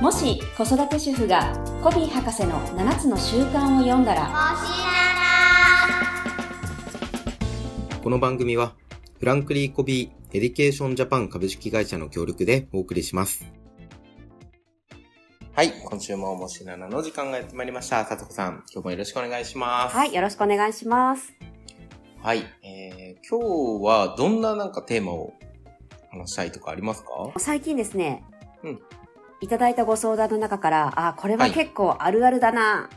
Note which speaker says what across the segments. Speaker 1: もし子育て主婦がコビー博士の7つの習慣を読んだら
Speaker 2: この番組は、フランクリー・コビー・エディケーション・ジャパン株式会社の協力でお送りします。はい、今週もおもしななの時間がやってまいりました。さとこさん、今日もよろしくお願いします。
Speaker 1: はい、よろしくお願いします。
Speaker 2: はい。えー、今日はどんななんかテーマを話したいとかありますか
Speaker 1: 最近ですね、
Speaker 2: うん
Speaker 1: いただいたご相談の中から、あ、これは
Speaker 2: はい
Speaker 1: 結構あるあるだな、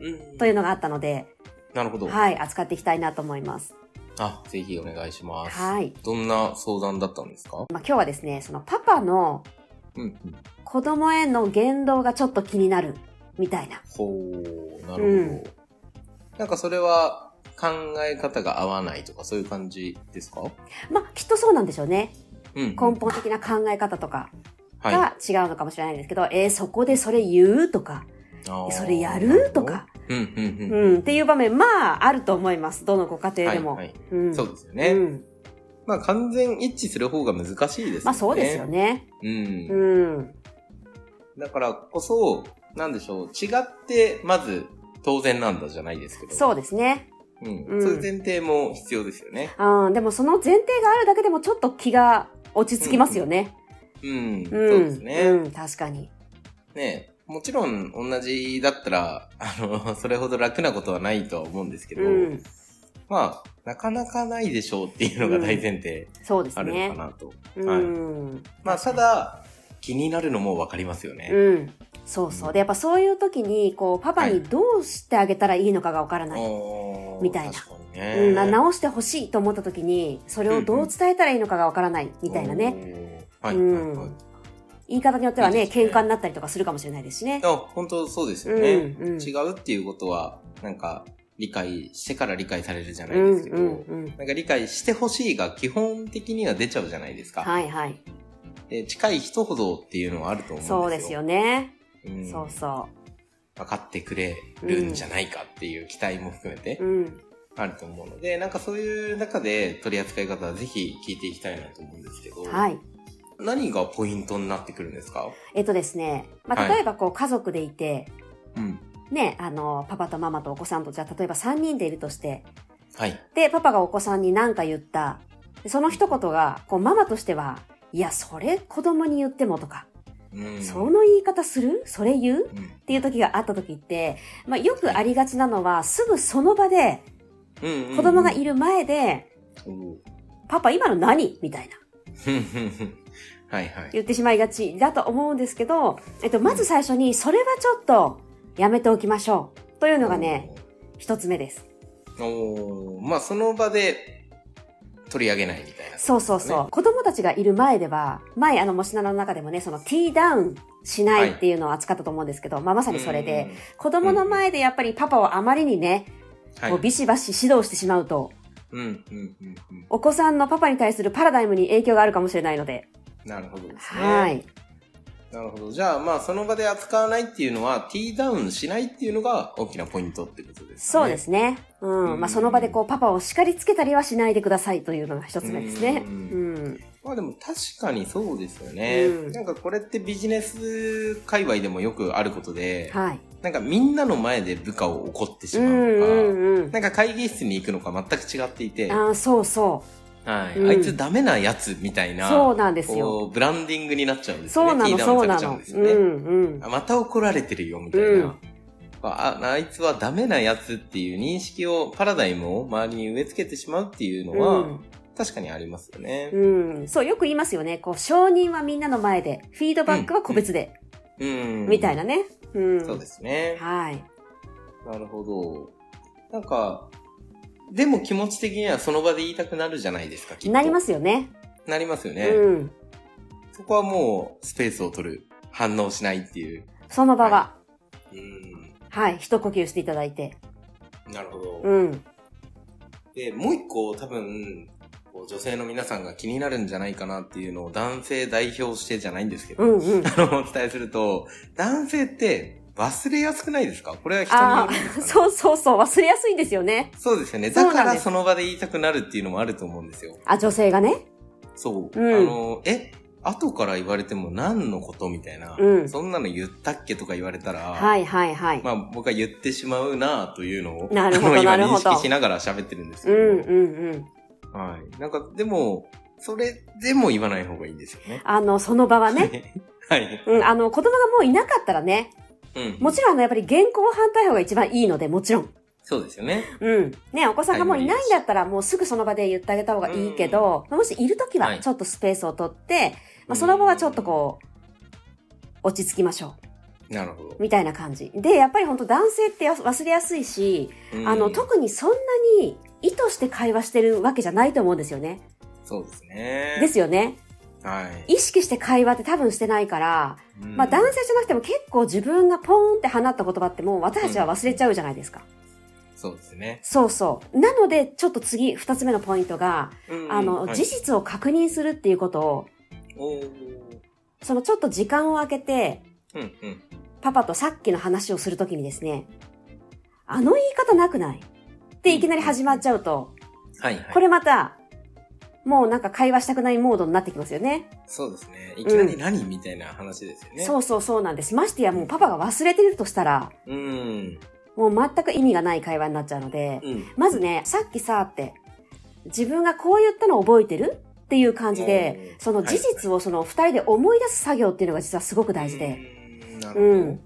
Speaker 2: うん
Speaker 1: というのがあったので、
Speaker 2: なるほど。
Speaker 1: はい、扱っていきたいなと思います。
Speaker 2: あ、ぜひお願いします。
Speaker 1: はい。
Speaker 2: どんな相談だったんですか
Speaker 1: まあ、今日はですね、そのパパの
Speaker 2: うんうん。
Speaker 1: 子供への言動がちょっと気になる、みたいな。
Speaker 2: ほう、なるほど。
Speaker 1: うん
Speaker 2: なんかそれは考え方が合わないとかそういう感じですか
Speaker 1: まあ、きっとそうなんでしょうね。
Speaker 2: うんうん。
Speaker 1: 根本的な考え方とか
Speaker 2: はいあ
Speaker 1: が違うのかもしれないんですけど、えーそこでそれ言うとか、
Speaker 2: ー。
Speaker 1: それや
Speaker 2: な
Speaker 1: る
Speaker 2: ほど
Speaker 1: とか。、
Speaker 2: うんうんうん。
Speaker 1: うん、っていう場面、まあ、あると思います。どのご家庭でも。
Speaker 2: はいはい
Speaker 1: うん、
Speaker 2: そうですよね。
Speaker 1: うん。
Speaker 2: まあ完全一致する方が難しいですよね。
Speaker 1: まあ、そうですよ。ね。
Speaker 2: うん
Speaker 1: う。ん。
Speaker 2: だからこそ、なんでしょう、違って、まず、当然なんだじゃないですけど。
Speaker 1: そうですね。
Speaker 2: う。ん。
Speaker 1: うん
Speaker 2: そういう前提も必要ですよね。
Speaker 1: あーでも、その前提があるだけでも、ちょっと気が落ち着きますよね。
Speaker 2: うん。そう
Speaker 1: うん。
Speaker 2: ですね。
Speaker 1: うん、確かに。
Speaker 2: ねもちろん、同じだったら、 あの、それほど楽なことはないとは思うんですけど、
Speaker 1: うん。
Speaker 2: まあ、なかなかないでしょうっていうのが大前提
Speaker 1: そうです
Speaker 2: あるのか
Speaker 1: ね。
Speaker 2: なと。はい
Speaker 1: うん。
Speaker 2: まあ、ただ、気になるのもわかりますよね。
Speaker 1: うん。そうそう。で、やっぱそういう時に、こう、パパにどうしてあげたらいいのかがわからない。
Speaker 2: おー
Speaker 1: みたいな
Speaker 2: 確かに
Speaker 1: うん、な
Speaker 2: ね。
Speaker 1: 直してほしいと思った時にそれをどう伝えたらいいのかがわからないみたいなね、
Speaker 2: ね。はい。
Speaker 1: う
Speaker 2: はい
Speaker 1: ん
Speaker 2: はい
Speaker 1: 言い方によってはね
Speaker 2: いいですね
Speaker 1: 喧嘩になったりとかするかもしれないですしね
Speaker 2: あ、本当そうですよね。
Speaker 1: うんうん
Speaker 2: 違うっていうことは、なんか、理解してから理解されるじゃないですけど、
Speaker 1: うんうんうん
Speaker 2: なんか理解してほしいが基本的には出ちゃうじゃないですか。
Speaker 1: はいはい
Speaker 2: で近い人ほどっていうのはあると思うんですよ。
Speaker 1: そうですよね、
Speaker 2: うん
Speaker 1: そうそ
Speaker 2: 分かってくれるんじゃないかっていう期待も含めて
Speaker 1: ううん
Speaker 2: あると思うので、なんかそういう中で取り扱い方はぜひ聞いていきたいなと思うんですけど、
Speaker 1: はい
Speaker 2: 何がポイントになってくるんですか
Speaker 1: えっとですね、まあ、
Speaker 2: はい
Speaker 1: 例えばこう家族でいて、
Speaker 2: うん。
Speaker 1: ねあのパパとママとお子さんとじゃあ例えば3人でいるとして
Speaker 2: はい。
Speaker 1: でパパがお子さんに何か言ったでその一言がこうママとしてはいやそれ子供に言ってもとか、
Speaker 2: うん
Speaker 1: その言い方するそれ言う
Speaker 2: うん
Speaker 1: っていう時があった時って、まあ、よくありがちなのは、すぐその場で、
Speaker 2: うんうんうん
Speaker 1: 子供がいる前で、
Speaker 2: おー
Speaker 1: パパ今の何みたいな、
Speaker 2: うんうんうんはいはい。
Speaker 1: 言ってしまいがちだと思うんですけど、えっと、まず最初に、それはちょっと、やめておきましょう。というのがね、一つ目です。
Speaker 2: おー。まあその場で取り上げないみたいな。
Speaker 1: そうそうそう。子供たちがいる前では、前、あの、もしなの中でもね、その、ティーダウンしないっていうのを扱ったと思うんですけど、まあ、まさにそれで、子供の前でやっぱりパパをあまりにね、
Speaker 2: うん。
Speaker 1: こ
Speaker 2: は
Speaker 1: う
Speaker 2: い。
Speaker 1: ビシバシ指導してしまうと、
Speaker 2: うんうんうんうん。
Speaker 1: お子さんのパパに対するパラダイムに影響があるかもしれないので。
Speaker 2: なるほどですね。
Speaker 1: はい。
Speaker 2: なるほど。じゃあ、まあ、その場で扱わないっていうのは、ティーダウンしないっていうのが大きなポイントってことですか
Speaker 1: そう
Speaker 2: ね。
Speaker 1: ですね。うん。
Speaker 2: うん
Speaker 1: まあ、その場でこう、パパを叱りつけたりはしないでくださいというのが一つ目ですね。う。
Speaker 2: うんまあでも確かにそうですよね。
Speaker 1: うん
Speaker 2: なんかこれってビジネス界隈でもよくあることで、
Speaker 1: はい。
Speaker 2: なんかみんなの前で部下を怒ってし
Speaker 1: う
Speaker 2: ま
Speaker 1: ん
Speaker 2: う
Speaker 1: う
Speaker 2: のか、
Speaker 1: んうん。
Speaker 2: なんか会議室に行くのか全く違っていて、
Speaker 1: あーそうそ
Speaker 2: はい
Speaker 1: うん。
Speaker 2: あいつダメなやつみたいうな、
Speaker 1: そうなんですよ。
Speaker 2: こうブランディングになっちゃうんですよね。
Speaker 1: そうなの、
Speaker 2: ティーダウ
Speaker 1: そ
Speaker 2: ン
Speaker 1: う
Speaker 2: さ
Speaker 1: な
Speaker 2: れちゃう
Speaker 1: の
Speaker 2: ん。です
Speaker 1: う
Speaker 2: よね。
Speaker 1: んうん。
Speaker 2: あまた怒られてるよみたいな、
Speaker 1: うん
Speaker 2: あああいつはダメなやつっていう認識をパラダイムを周りに植え付けてしまうっていうのは、
Speaker 1: うん
Speaker 2: 確かにありますよね。
Speaker 1: うん、そう、よく言いますよね。こう、承認はみんなの前で、フィードバックは個別で、
Speaker 2: うん
Speaker 1: みたいなね。うん。
Speaker 2: そうですね。
Speaker 1: はい。
Speaker 2: なるほど。なんか、でも気持ち的にはその場で言いたくなるじゃないですか、きっと
Speaker 1: なりますよね。
Speaker 2: なりますよね。
Speaker 1: うん。
Speaker 2: そこはもうスペースを取る。反応しないっていう。
Speaker 1: その場は、
Speaker 2: うん。
Speaker 1: はい、一呼吸していただいて。
Speaker 2: なるほど。
Speaker 1: うん。
Speaker 2: で、もう一個多分、こう女性の皆さんが気になるんじゃないかなっていうのを男性代表してじゃないんですけど、
Speaker 1: うん うん。
Speaker 2: あの、お伝えすると、男性って忘れやすくないですかこれは人によ
Speaker 1: あ
Speaker 2: るんですか
Speaker 1: あ、
Speaker 2: ね
Speaker 1: そうそうそう、忘れやすいんですよね。
Speaker 2: そうですよね。
Speaker 1: そう
Speaker 2: だ
Speaker 1: なんです
Speaker 2: からその場で言いたくなるっていうのもあると思うんですよ。
Speaker 1: あ、女性がね。
Speaker 2: そう。
Speaker 1: うん
Speaker 2: あの、え後から言われても何のことみたいな、
Speaker 1: うん
Speaker 2: そんなの言ったっけとか言われたら、
Speaker 1: はいはいはい。
Speaker 2: まあ僕は言ってしまうなというのを、
Speaker 1: なるほど
Speaker 2: あの今
Speaker 1: なるほど
Speaker 2: 認識しながら喋ってるんですけ
Speaker 1: う
Speaker 2: ど、
Speaker 1: んうんうん。
Speaker 2: はい。なんかでも、それでも言わない方がいいですよね。
Speaker 1: あの、その場は ね。
Speaker 2: はい。
Speaker 1: うん、あの、子供がもういなかったらね、
Speaker 2: うん。
Speaker 1: もちろんあの、やっぱり現行犯逮捕が一番いいので、もちろん。
Speaker 2: そうですよね。
Speaker 1: うん。ね、お子さんがもういないんだったら、もうすぐその場で言ってあげた方がいいけど、もしいるとき
Speaker 2: は
Speaker 1: はいちょっとスペースを取って、まあ、その場はちょっとこう、落ち着きましょ
Speaker 2: なるほど
Speaker 1: う。。みたいな感じ。で、やっぱり本当男性って忘れやすいし、
Speaker 2: うん
Speaker 1: あの、特にそんなに意図して会話してるわけじゃないと思うんですよね。
Speaker 2: そうですね。
Speaker 1: ですよね。
Speaker 2: はい。
Speaker 1: 意識して会話って多分してないから、まあ
Speaker 2: うん
Speaker 1: 男性じゃなくても結構自分がポーンって放った言葉ってもう私たちは忘れちゃうじゃないですか。
Speaker 2: そうですね。
Speaker 1: そうそう。なので、ちょっと次、二つ目のポイントが、
Speaker 2: うん
Speaker 1: あの、
Speaker 2: はい
Speaker 1: 事実を確認するっていうことを、
Speaker 2: おー
Speaker 1: そのちょっと時間を空けて、
Speaker 2: うんうん。
Speaker 1: パパとさっきの話をするときにですね、あの言い方なくないっていきなり始まっちゃうと、
Speaker 2: はいはい。
Speaker 1: これまた、もうなんか会話したくないモードになってきますよね。
Speaker 2: そうですね。いきなり何、みたいな話ですよね。
Speaker 1: そうそうそうなんです。ましてやもうパパが忘れてるとしたら、
Speaker 2: う。うん。
Speaker 1: もう全く意味がない会話になっちゃうので、
Speaker 2: うん。
Speaker 1: まずね、さっきさって、自分がこう言ったのを覚えてるっていう感じで、
Speaker 2: おー
Speaker 1: その事実をその二人で思い出す作業っていうのが実はすごく大事で。
Speaker 2: うん。なるほど。
Speaker 1: うん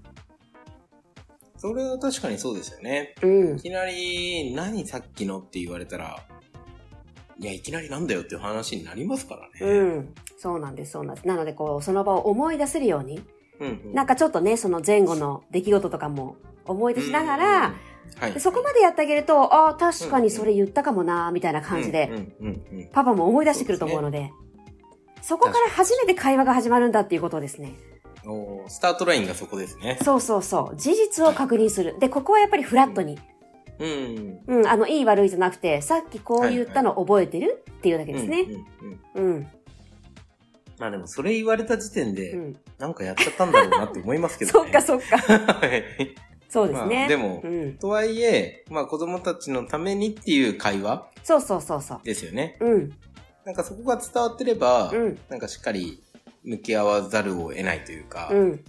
Speaker 2: それは確かにそうですよね。
Speaker 1: うん
Speaker 2: い。きなり、何さっきのって言われたら、いや、いきなりなんだよっていう話になりますからね。
Speaker 1: うん。そうなんです、そうなんです。なので、こう、その場を思い出せるように、
Speaker 2: うんうん
Speaker 1: なんかちょっとね、その前後の出来事とかも思い出しながら、
Speaker 2: うんはい
Speaker 1: でそこまでやってあげると、ああ、確かにそれ言ったかもな、みたいな感じで、
Speaker 2: うんうんうんうん
Speaker 1: パパも思い出してくると思うので、そこから初めて会話が始まるんだっていうことですね。
Speaker 2: おースタートラインがそこですね。
Speaker 1: そうそうそう。事実を確認する。で、ここはやっぱりフラットに。
Speaker 2: うん。
Speaker 1: うん、あの、いい悪いじゃなくて、さっきこう言ったの覚えてるっていうだけですね。
Speaker 2: うんうんうん
Speaker 1: うん、
Speaker 2: まあでも、それ言われた時点
Speaker 1: う
Speaker 2: で、
Speaker 1: ん。
Speaker 2: なんかやっちゃったんだろうなって思いますけど
Speaker 1: そっ
Speaker 2: ね。
Speaker 1: かそっか。
Speaker 2: はい
Speaker 1: そうですね。
Speaker 2: まあでも
Speaker 1: うん。
Speaker 2: とはいえ、まあ子供たちのためにっていう会話
Speaker 1: そうそうそうそう。
Speaker 2: ですよね。
Speaker 1: うん、
Speaker 2: なんかそこが伝わってれば、
Speaker 1: うん、
Speaker 2: なんかしっかり向き合わざるを得ないというか、
Speaker 1: うん。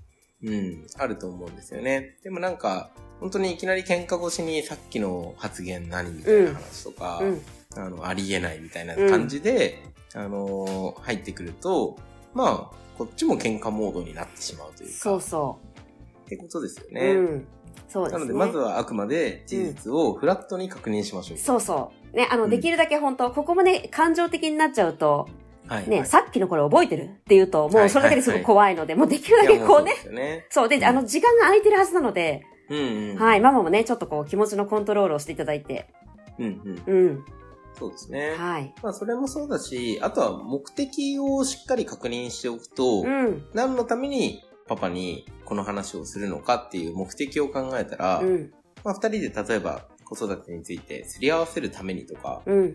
Speaker 2: うん、あると思うんですよね。でもなんか、本当にいきなり喧嘩越しにさっきの発言何みたいな話とか、
Speaker 1: うん、
Speaker 2: あの、ありえないみたいな感じで、あのー入ってくると、まあ、こっちも喧嘩モードになってしまうというか、
Speaker 1: そうそ
Speaker 2: ってことですよ
Speaker 1: う。
Speaker 2: ね。
Speaker 1: うん。そうです
Speaker 2: な
Speaker 1: ね。
Speaker 2: ので、まずはあくまで事実をフラットに確認しましょう。
Speaker 1: そうそう。ね、あの、
Speaker 2: うん
Speaker 1: できるだけ本当、ここもね、感情的になっちゃうと、
Speaker 2: はい。
Speaker 1: ね、さっきのこれ覚えてるって言うと、も
Speaker 2: は
Speaker 1: う
Speaker 2: い
Speaker 1: それだけですごく怖いので、もうできるだ
Speaker 2: い
Speaker 1: け
Speaker 2: や
Speaker 1: こう
Speaker 2: も
Speaker 1: ね
Speaker 2: そ。ですよね。
Speaker 1: そう。で、あの、時間が空いてるはずなので、
Speaker 2: うんうん。
Speaker 1: はい、ママもね、ちょっとこう、気持ちのコントロールをしていただいて、
Speaker 2: うんうん。
Speaker 1: うん。
Speaker 2: そうですね。
Speaker 1: はい。
Speaker 2: まあ、それもそうだし、あとは目的をしっかり確認しておくと、
Speaker 1: うん。
Speaker 2: 何のためにパパにこの話をするのかっていう目的を考えたら、
Speaker 1: うん。
Speaker 2: まあ、二人で例えば子育てについてすり合わせるためにとか、
Speaker 1: うん。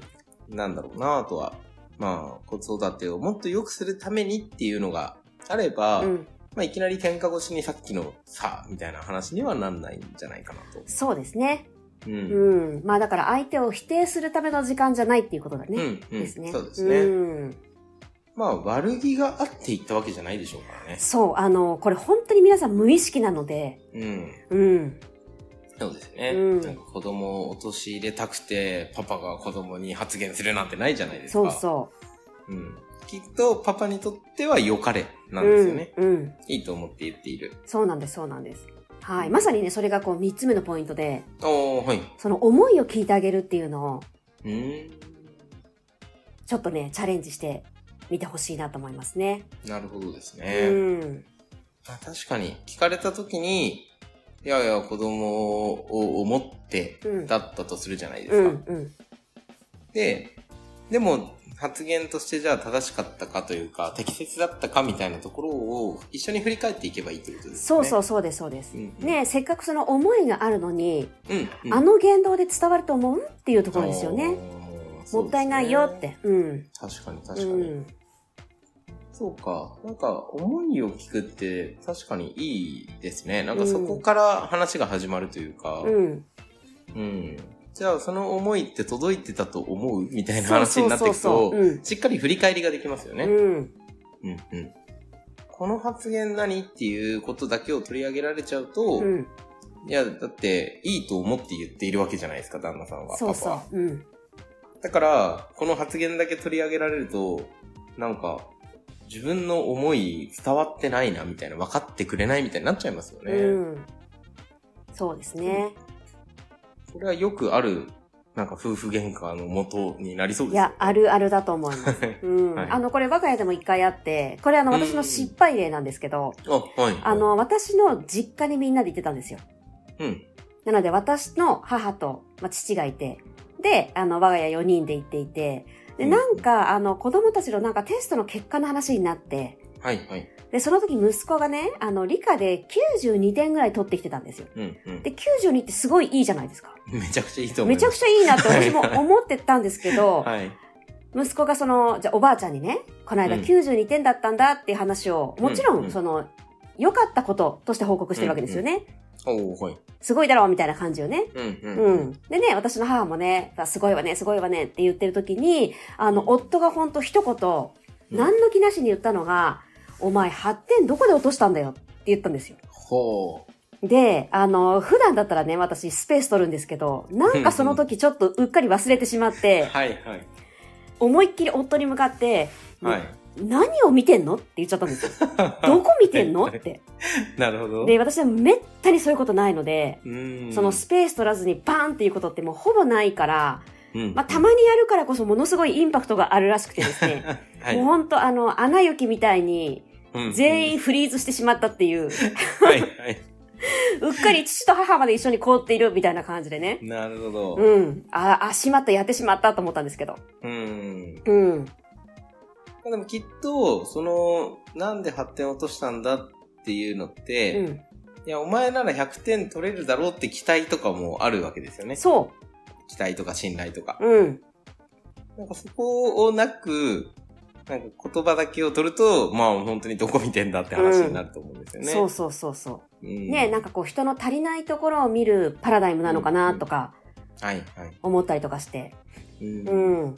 Speaker 2: なんだろうなあとは、まあ、子育てをもっと良くするためにっていうのがあれば、
Speaker 1: うん。
Speaker 2: まあ、いきなり喧嘩越しにさっきのさ、みたいな話にはなんないんじゃないかなと。
Speaker 1: そうですね。
Speaker 2: うん。
Speaker 1: う
Speaker 2: うん
Speaker 1: ん。まあだから相手を否定するための時間じゃないっていうことだ
Speaker 2: う
Speaker 1: ね。
Speaker 2: ん、
Speaker 1: ですね。
Speaker 2: そうですね。
Speaker 1: うん。
Speaker 2: まあ、悪気があって言ったわけじゃないでしょうからね。
Speaker 1: そう、あの、これ本当に皆さん無意識なので、
Speaker 2: うん。
Speaker 1: うん。
Speaker 2: そうですね。
Speaker 1: うん
Speaker 2: なんか子供を陥れたくて、パパが子供に発言するなんてないじゃないです
Speaker 1: そ
Speaker 2: か。
Speaker 1: うそう。
Speaker 2: う。うん。きっと、パパにとっては良かれなんですよね。
Speaker 1: うん、うん、
Speaker 2: いいと思って言っている。
Speaker 1: そうなんですそうなんですはいまさにねそれがこう3つ目のポイントで
Speaker 2: おー、はい。
Speaker 1: その思いを聞いてあげるっていうのを
Speaker 2: うーん。
Speaker 1: ちょっとねチャレンジしてみてほしいなと思いますね、
Speaker 2: なるほどですね。
Speaker 1: うん
Speaker 2: まあ、確かに聞かれた時にいやいや子供を思って
Speaker 1: うん
Speaker 2: だったとするじゃないです
Speaker 1: う
Speaker 2: か、
Speaker 1: んうん
Speaker 2: ででも発言としてじゃあ正しかったかというか適切だったかみたいなところを一緒に振り返っていけばいいってことですね、
Speaker 1: そうそううそうですそうです、
Speaker 2: うんうん
Speaker 1: ねせっかくその思いがあるのに、
Speaker 2: うんうん、
Speaker 1: あの言動で伝わると思うっていうところですよ
Speaker 2: あー
Speaker 1: ね
Speaker 2: そうですね
Speaker 1: もったいないよってうん
Speaker 2: 確かに確
Speaker 1: う
Speaker 2: かに、
Speaker 1: ん
Speaker 2: そうかなんか思いを聞くって確かにいいですねなんかそこから話が始まるというか、
Speaker 1: うん
Speaker 2: うん。じゃあ、その思いって届いてたと思うみたいな話になっていくと、
Speaker 1: うん
Speaker 2: しっかり振り返りができますよね。
Speaker 1: うん
Speaker 2: うんうん。この発言何っていうことだけを取り上げられちゃうと、
Speaker 1: うん。
Speaker 2: いや、だって、いいと思って言っているわけじゃないですか、旦那さんは。
Speaker 1: そう
Speaker 2: パパ
Speaker 1: そ
Speaker 2: は
Speaker 1: う。うん。
Speaker 2: だから、この発言だけ取り上げられると、なんか、自分の思い伝わってないな、みたいな、分かってくれないみたいになっちゃいますよね。
Speaker 1: うん。そうですね。
Speaker 2: それはよくある、なんか夫婦喧嘩の元になりそうです
Speaker 1: いや、あ
Speaker 2: る。
Speaker 1: るあるだと思います。 うん。
Speaker 2: はい
Speaker 1: あの、これ我が家でも一回あって、これあの、
Speaker 2: うん
Speaker 1: 私の失敗例なんですけど、
Speaker 2: あ、はい。
Speaker 1: あ、の、私の実家にみんなで行ってたんですよ。
Speaker 2: うん。
Speaker 1: なので、私の母と、まあ、父がいて、で、あの、我が家4人で行っていて、で、
Speaker 2: うん
Speaker 1: なんか、あの、子供たちのなんかテストの結果の話になって、
Speaker 2: はい、はい。
Speaker 1: で、その時息子がね、あの、理科で92点ぐらい取ってきてたんですよ。
Speaker 2: うん、うん。
Speaker 1: で、92ってすごいいいじゃないですか。
Speaker 2: めちゃくちゃいいと思い
Speaker 1: め
Speaker 2: ま
Speaker 1: ちゃ
Speaker 2: す。
Speaker 1: くちゃいいなって私も思ってたんですけど、
Speaker 2: はい。
Speaker 1: 息子がその、じゃあおばあちゃんにね、この間
Speaker 2: うん
Speaker 1: 92点だったんだっていう話を、もちろ
Speaker 2: うんうん
Speaker 1: ん、その、良かったこととして報告してるわけですよね。
Speaker 2: おー、はい。
Speaker 1: すごいだろうみたいな感じをね。
Speaker 2: うん、うん。
Speaker 1: うん。でね、私の母もね、あすごいわね、すごいわねって言ってる時に、あの、夫がほんと一言、何の気なしに言ったのが、お前8点どこで落としたんだよって言ったんですよ。
Speaker 2: ほう。
Speaker 1: で、あの、普段だったらね、私スペース取るんですけど、なんかその時ちょっとうっかり忘れてしま って、
Speaker 2: はい、はい。
Speaker 1: 思いっきり夫に向かって、
Speaker 2: はい。
Speaker 1: 何を見てんのって言っちゃったんですよ。どこ見て んのって。
Speaker 2: なるほど。
Speaker 1: で、私はめったにそういうことないので、
Speaker 2: うーん、
Speaker 1: そのスペース取らずにバーンっていうことってもうほぼないから、
Speaker 2: うん、
Speaker 1: まあ、たまにやるからこそものすごいインパクトがあるらしくてですね、
Speaker 2: はい
Speaker 1: もうほんとあの、穴雪みたいに
Speaker 2: うん
Speaker 1: 全員フリーズしてしまったって いう、
Speaker 2: はい、はい。
Speaker 1: うっかり父と母まで一緒に凍っているみたいな感じでね。
Speaker 2: なるほど。
Speaker 1: うん。あ、あ、しまった、やってしまったと思ったんですけど。
Speaker 2: うん。ま
Speaker 1: うん。
Speaker 2: あ、でもきっと、その、なんで発展を落としたんだっていうのっ
Speaker 1: う
Speaker 2: て、
Speaker 1: ん。
Speaker 2: いや、お前なら100点取れるだろうって期待とかもあるわけですよね。
Speaker 1: そ
Speaker 2: 期待とか信頼とか。
Speaker 1: う。うん。
Speaker 2: なんかそこをなく、なんか言葉だけを取ると、まあ本当にどこ見てんだって話になると思うんですよね。
Speaker 1: そうそうそうそう。
Speaker 2: うん
Speaker 1: ね、なんかこう人の足りないところを見るパラダイムなのかなとか
Speaker 2: はい、はい。
Speaker 1: 思ったりとかして。
Speaker 2: うん
Speaker 1: うん。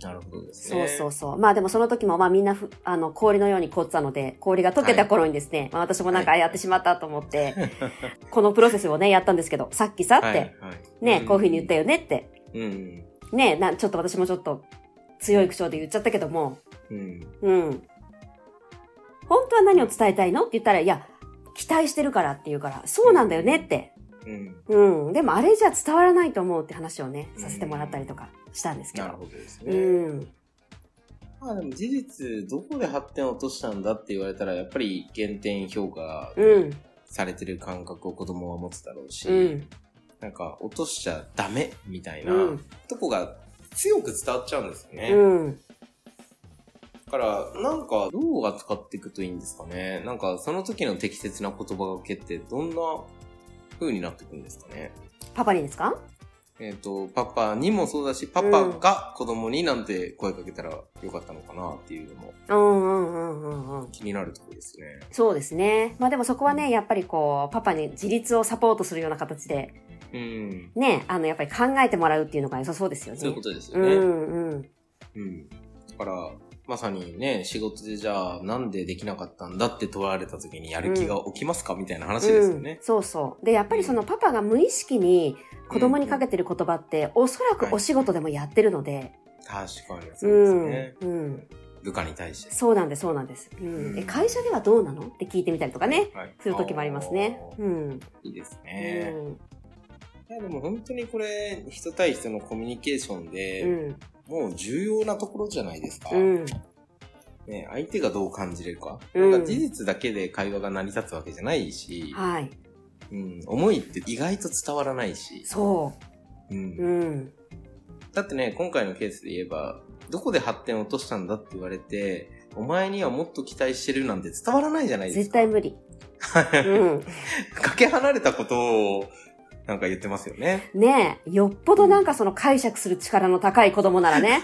Speaker 2: なるほどです
Speaker 1: そう
Speaker 2: ね。
Speaker 1: そうそう。まあでもその時もまあみんなふあの氷のように凍ってたので、氷が溶けた頃にですね、まあ私もなんか
Speaker 2: はい
Speaker 1: やってしまったと思って、 このプロセスをね、やったんですけど、さっきさって、
Speaker 2: はいはい、
Speaker 1: ね、こういうふうに言ったよねって、
Speaker 2: うん。
Speaker 1: ね、なちょっと私もちょっと強い口調で言っちゃったけども、
Speaker 2: うん。
Speaker 1: うん。本当は何を伝えたいのって言ったら、いや、期待してるからって言うから、そうなんだよねって。
Speaker 2: うん。
Speaker 1: うん。でもあれじゃ伝わらないと思うって話をね、させてもらったりとかしたんですけ
Speaker 2: なる
Speaker 1: ど。
Speaker 2: ほどです
Speaker 1: う
Speaker 2: ね。
Speaker 1: ん。
Speaker 2: まあでも事実、どこで発展を落としたんだって言われたら、やっぱり減点評価
Speaker 1: うん。
Speaker 2: されてる感覚を子供は持つだろうし、
Speaker 1: うん。
Speaker 2: なんか落としちゃダメみたいな、
Speaker 1: うん
Speaker 2: とこが強く伝わっちゃうんですよね。
Speaker 1: うん。
Speaker 2: だから、なんか、どう扱っていくといいんですかね。なんか、その時の適切な言葉がけって、どんな風になっていくんですかね。
Speaker 1: パパにですか
Speaker 2: えっ、と、パパにもそうだし、パパが子供になんて声かけたらよかったのかなっていうのも
Speaker 1: うんうんうんうんうん。
Speaker 2: 気になるところですね。
Speaker 1: そうですね。まあでもそこはね、やっぱりこう、パパに自立をサポートするような形で、
Speaker 2: うん。
Speaker 1: ね、あの、やっぱり考えてもらうっていうのが良さそうですよね。
Speaker 2: そういうことです
Speaker 1: う
Speaker 2: よね。
Speaker 1: んうん。
Speaker 2: うん。だから、まさにね、仕事でじゃあ、なんでできなかったんだって問われた時にやる気が起きますか、みたいな話ですよね
Speaker 1: うん。。そうそう。で、やっぱりそのパパが無意識に子供にかけてる言葉って、おそらくお仕事でもやってるので、
Speaker 2: 確かに。そううです
Speaker 1: ん。
Speaker 2: ね。
Speaker 1: うん。
Speaker 2: 部下に対して。
Speaker 1: そうなんです、そうなんです。うん
Speaker 2: うん
Speaker 1: え会社ではどうなのって聞いてみたりとかね、
Speaker 2: はい。
Speaker 1: する時もありますね。
Speaker 2: あー
Speaker 1: うん。
Speaker 2: いいですね。
Speaker 1: うん
Speaker 2: いや、でも本当にこれ、人対人のコミュニケーション
Speaker 1: う
Speaker 2: で、
Speaker 1: ん。
Speaker 2: もう重要なところじゃないですか。
Speaker 1: うん。
Speaker 2: ね、相手がどう感じれるか。
Speaker 1: うん
Speaker 2: なんか事実だけで会話が成り立つわけじゃないし、
Speaker 1: はい。
Speaker 2: うん、思いって意外と伝わらないし。
Speaker 1: そ
Speaker 2: うん
Speaker 1: う。うん。
Speaker 2: だってね、今回のケースで言えば、どこで発展を落としたんだって言われて、お前にはもっと期待してるなんて伝わらないじゃないです
Speaker 1: 絶
Speaker 2: か。
Speaker 1: 対無理。うん。
Speaker 2: かけ離れたことを、なんか言ってますよね。
Speaker 1: ねえ、よっぽどなんかその解釈する力の高い子供なら ね。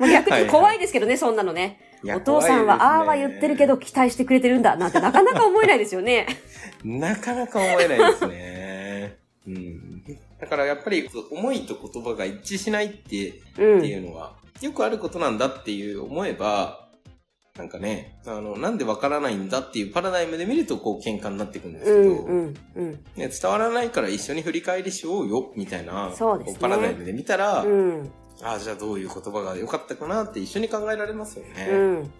Speaker 1: もう逆に怖いですけどね、そんなのね。
Speaker 2: いや
Speaker 1: お父さんは、ああは言ってるけ。ど
Speaker 2: 怖いで
Speaker 1: 期待してくれてるんだ、なんてなかなか思えないですよね。
Speaker 2: すねなかなか思えないですね。うん。だからやっぱり、思いと言葉が一致しないって、
Speaker 1: う
Speaker 2: ってい
Speaker 1: ん。
Speaker 2: うのは、よくあることなんだっていう思えば、なんかね、あの、なんでわからないんだっていうパラダイムで見ると、こう、喧嘩になっていくんですけ
Speaker 1: う
Speaker 2: ど、
Speaker 1: んうんうん。
Speaker 2: ね、伝わらないから一緒に振り返りしようよ、みたいな、
Speaker 1: そうですね
Speaker 2: こパラダイムで見たら、
Speaker 1: うん
Speaker 2: ああ、じゃあどういう言葉が良かったかなって一緒に考えられますよね。
Speaker 1: う。ん。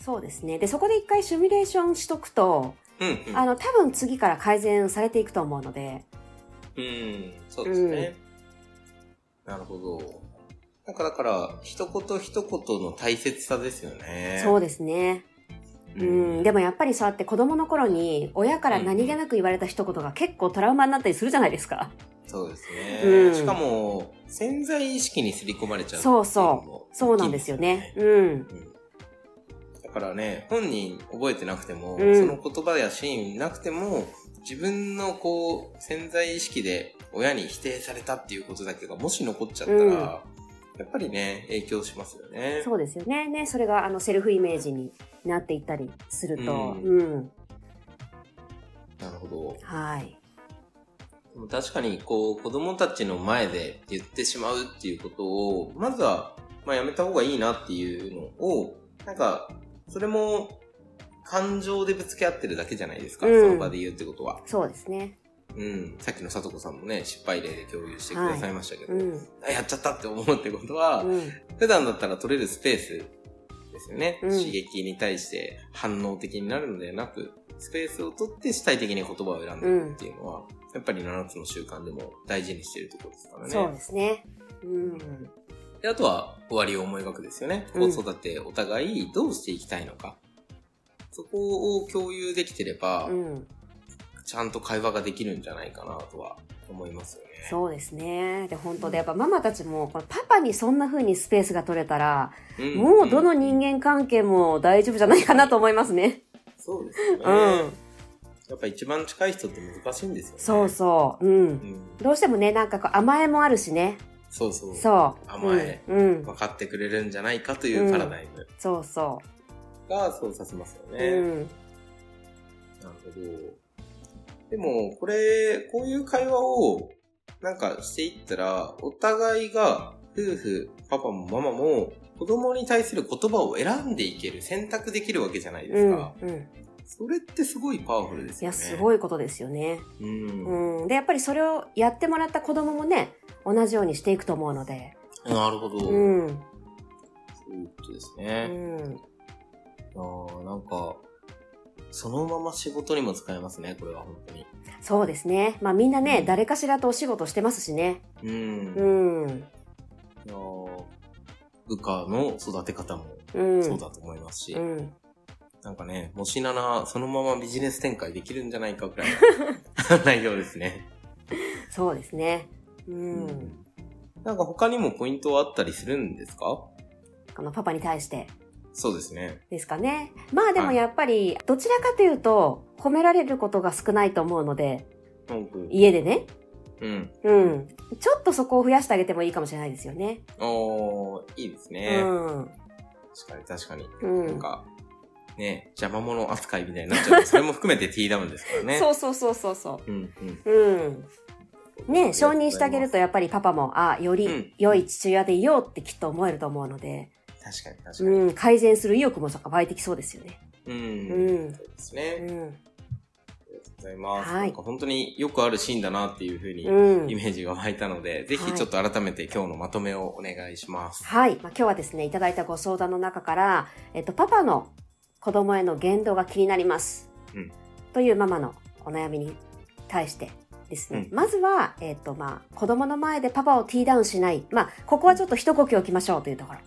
Speaker 1: そうですね。で、そこで一回シミュレーションしとくと、
Speaker 2: うん、うん。
Speaker 1: あの、多分次から改善されていくと思うので、
Speaker 2: うん、そうですね。なるほど。なんかだから、一言一言の大切さですよね。
Speaker 1: そうですね。うん。でもやっぱりそうやって子供の頃に親から何気なく言われた一言が結構トラウマになったりするじゃないですか。
Speaker 2: そうですね。
Speaker 1: うん
Speaker 2: しかも、潜在意識に刷り込まれちゃう
Speaker 1: そうそう
Speaker 2: う
Speaker 1: そうなんですよね。。うん。
Speaker 2: だからね、本人覚えてなくても、
Speaker 1: うん
Speaker 2: その言葉やシーンなくても、自分のこう、潜在意識で親に否定されたっていうことだけが、もし残っちゃったら、
Speaker 1: うん
Speaker 2: やっぱりね、影響しますよね。
Speaker 1: そうですよね。ね、それがあのセルフイメージになっていったりすると、
Speaker 2: う
Speaker 1: うん、
Speaker 2: なるほど。
Speaker 1: はい。
Speaker 2: でも確かにこう子供たちの前で言ってしまうっていうことを、まずは、まあやめた方がいいなっていうのを、なんか、それも感情でぶつけ合ってるだけじゃないですか、
Speaker 1: うん
Speaker 2: その場で言うってことは。
Speaker 1: そうですね。
Speaker 2: うん。さっきのさとこさんもね、失敗例で共有してくださいましたけど、
Speaker 1: うん。うん。
Speaker 2: あやっちゃったって思うってことは、普段だったら取れるスペースですよね。
Speaker 1: うん
Speaker 2: 刺激に対して反応的になるのではなく、スペースを取って主体的に言葉を選んでいくっていうのは、やっぱり7つの習慣でも大事にしてるところですからね。
Speaker 1: そうですね。うん。
Speaker 2: であとは終わりを思い描くですよね。
Speaker 1: う
Speaker 2: 子
Speaker 1: ん
Speaker 2: 育てお互いどうしていきたいのか。そこを共有できてれば、
Speaker 1: うん。
Speaker 2: ちゃんと会話ができるんじゃないかなとは思いますよね。
Speaker 1: そうですね。で、本当で、やっぱママたちも、このパパにそんな風にスペースが取れたら、
Speaker 2: うん
Speaker 1: もうどの人間関係も大丈夫じゃないかなと思いますね。
Speaker 2: そうですよね。
Speaker 1: うん。
Speaker 2: やっぱ一番近い人って難しいんですよね。
Speaker 1: そうそう。うん。
Speaker 2: うん。
Speaker 1: どうしてもね、なんかこう甘えもあるしね。
Speaker 2: そうそう。
Speaker 1: そう。
Speaker 2: 甘え
Speaker 1: うん。うん。
Speaker 2: 分かってくれるんじゃないかというパラダイム
Speaker 1: そうそ
Speaker 2: がそうさせますよ
Speaker 1: う。
Speaker 2: ね。
Speaker 1: うん。
Speaker 2: なるほど。でも、これ、こういう会話をなんかしていったら、お互いが夫婦、パパもママも子供に対する言葉を選んでいける、選択できるわけじゃないで
Speaker 1: う
Speaker 2: す
Speaker 1: ん
Speaker 2: か。。
Speaker 1: うん。
Speaker 2: それってすごいパワフルです
Speaker 1: い
Speaker 2: よ
Speaker 1: や、
Speaker 2: ね。
Speaker 1: すごいことですよね。
Speaker 2: い。うん。
Speaker 1: うん。で、やっぱりそれをやってもらった子供もね、同じようにしていくと思うので。
Speaker 2: なるほど。
Speaker 1: う
Speaker 2: そ
Speaker 1: ん。う
Speaker 2: ういうことですね。
Speaker 1: ん。
Speaker 2: あーなんか、そのまま仕事にも使えますね、これは本当に。
Speaker 1: そうですね。まあみんな
Speaker 2: う
Speaker 1: ね、
Speaker 2: ん
Speaker 1: 誰かしらとお仕事してますしね。
Speaker 2: うん。
Speaker 1: うん。
Speaker 2: いやー部下の育て方も
Speaker 1: うん。
Speaker 2: そうだと思いますし、
Speaker 1: うん。
Speaker 2: なんかね、もしならそのままビジネス展開できるんじゃないかくらい の内容ですね。
Speaker 1: そうですね。うん。
Speaker 2: なんか他にもポイントはあったりするんですか
Speaker 1: このパパに対して
Speaker 2: そうですね。
Speaker 1: ですかね。まあでも
Speaker 2: はい
Speaker 1: やっぱり、どちらかというと、褒められることが少ないと思うので、
Speaker 2: うん。
Speaker 1: 家でね。
Speaker 2: うん。
Speaker 1: うん。ちょっとそこを増やしてあげてもいいかもしれないですよね。
Speaker 2: おー、いいです
Speaker 1: う
Speaker 2: ね。
Speaker 1: ん。
Speaker 2: 確かに確かに。
Speaker 1: う
Speaker 2: なん
Speaker 1: ん。
Speaker 2: か、ね、邪魔者扱いみたいになっちゃう。それも含めて T ダウンですから ね。
Speaker 1: そうそうそうそうそう。
Speaker 2: うんうん。
Speaker 1: うん。ね、承認してあげる
Speaker 2: と
Speaker 1: とやっぱりパパも、あよ
Speaker 2: う
Speaker 1: り
Speaker 2: ん
Speaker 1: 良い父親でいようってきっと思えると思うので、
Speaker 2: うございます。確かに確かに。
Speaker 1: うん、改善する意欲も湧いてきそうですよね。
Speaker 2: うん。
Speaker 1: うん。
Speaker 2: そうですね。
Speaker 1: うん。
Speaker 2: ありがとうございます。
Speaker 1: はい
Speaker 2: なんか本当によくあるシーンだなっていうふうに
Speaker 1: うん
Speaker 2: イメージが湧いたので、ぜひちょっと改めて今日のまとめをお願いします。
Speaker 1: はい。まあ、今日はですね、いただいたご相談の中から、えっと、パパの子供への言動が気になります。
Speaker 2: うん
Speaker 1: というママのお悩みに対してですね、
Speaker 2: うん
Speaker 1: まずは、えっと、まあ、子供の前でパパをティーダウンしない。まあ、ここはちょっと一呼吸置きましょうというところ。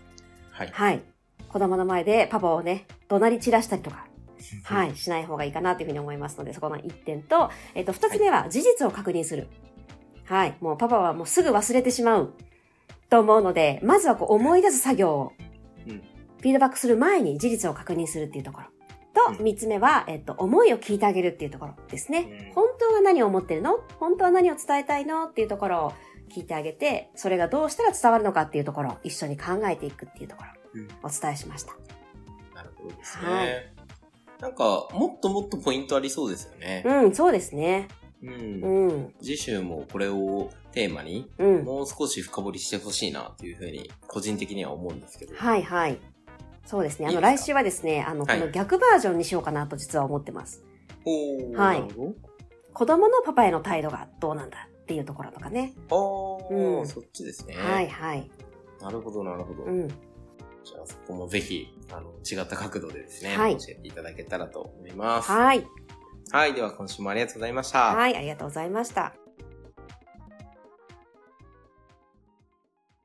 Speaker 2: はい。
Speaker 1: はい。子供の前でパパをね、怒鳴り散らしたりとか、はい、しない方がいいかなというふうに思いますので、そこの1点と、えっと、2つ目は事実を確認する。はい、もうパパはもうすぐ忘れてしまうと思うので、まずはこう思い出す作業を、
Speaker 2: うん
Speaker 1: フィードバックする前に事実を確認するっていうところ。
Speaker 2: う
Speaker 1: と、
Speaker 2: ん
Speaker 1: 3つ目は、えっと、思いを聞いてあげるっていうところです
Speaker 2: うん
Speaker 1: ね。本当は何を思ってるの本当は何を伝えたいのっていうところを聞いてあげて、それがどうしたら伝わるのかっていうところを一緒に考えていくっていうところ
Speaker 2: うん
Speaker 1: お伝えしました。
Speaker 2: なるほどですね。
Speaker 1: は
Speaker 2: なんか、もっともっとポイントありそうですよね。
Speaker 1: うん、そうですね。
Speaker 2: うん
Speaker 1: う。ん。
Speaker 2: 次週もこれをテーマに、
Speaker 1: うん。
Speaker 2: もう少し深掘りしてほしいなというふうに、個人的には思うんですけど。
Speaker 1: はいはい。そうですね。あ
Speaker 2: い
Speaker 1: の、
Speaker 2: いで
Speaker 1: 来
Speaker 2: すか
Speaker 1: 週はですね、あの、こ
Speaker 2: はい
Speaker 1: の逆バージョンにしようかなと実は思ってます。
Speaker 2: おー
Speaker 1: はい
Speaker 2: なるほ
Speaker 1: 子供のパパへの態度がどうなんだっていうところとかね。
Speaker 2: どあー、
Speaker 1: うん
Speaker 2: そっちですね。
Speaker 1: はいはい。
Speaker 2: なるほど、なるほど。
Speaker 1: うん。
Speaker 2: じゃあそこもぜひ、あの、違った角度でですね、
Speaker 1: はい
Speaker 2: 教えていただけたらと思います。
Speaker 1: はい。
Speaker 2: はい、では今週もありがとうございました。
Speaker 1: はい。ありがとうございました。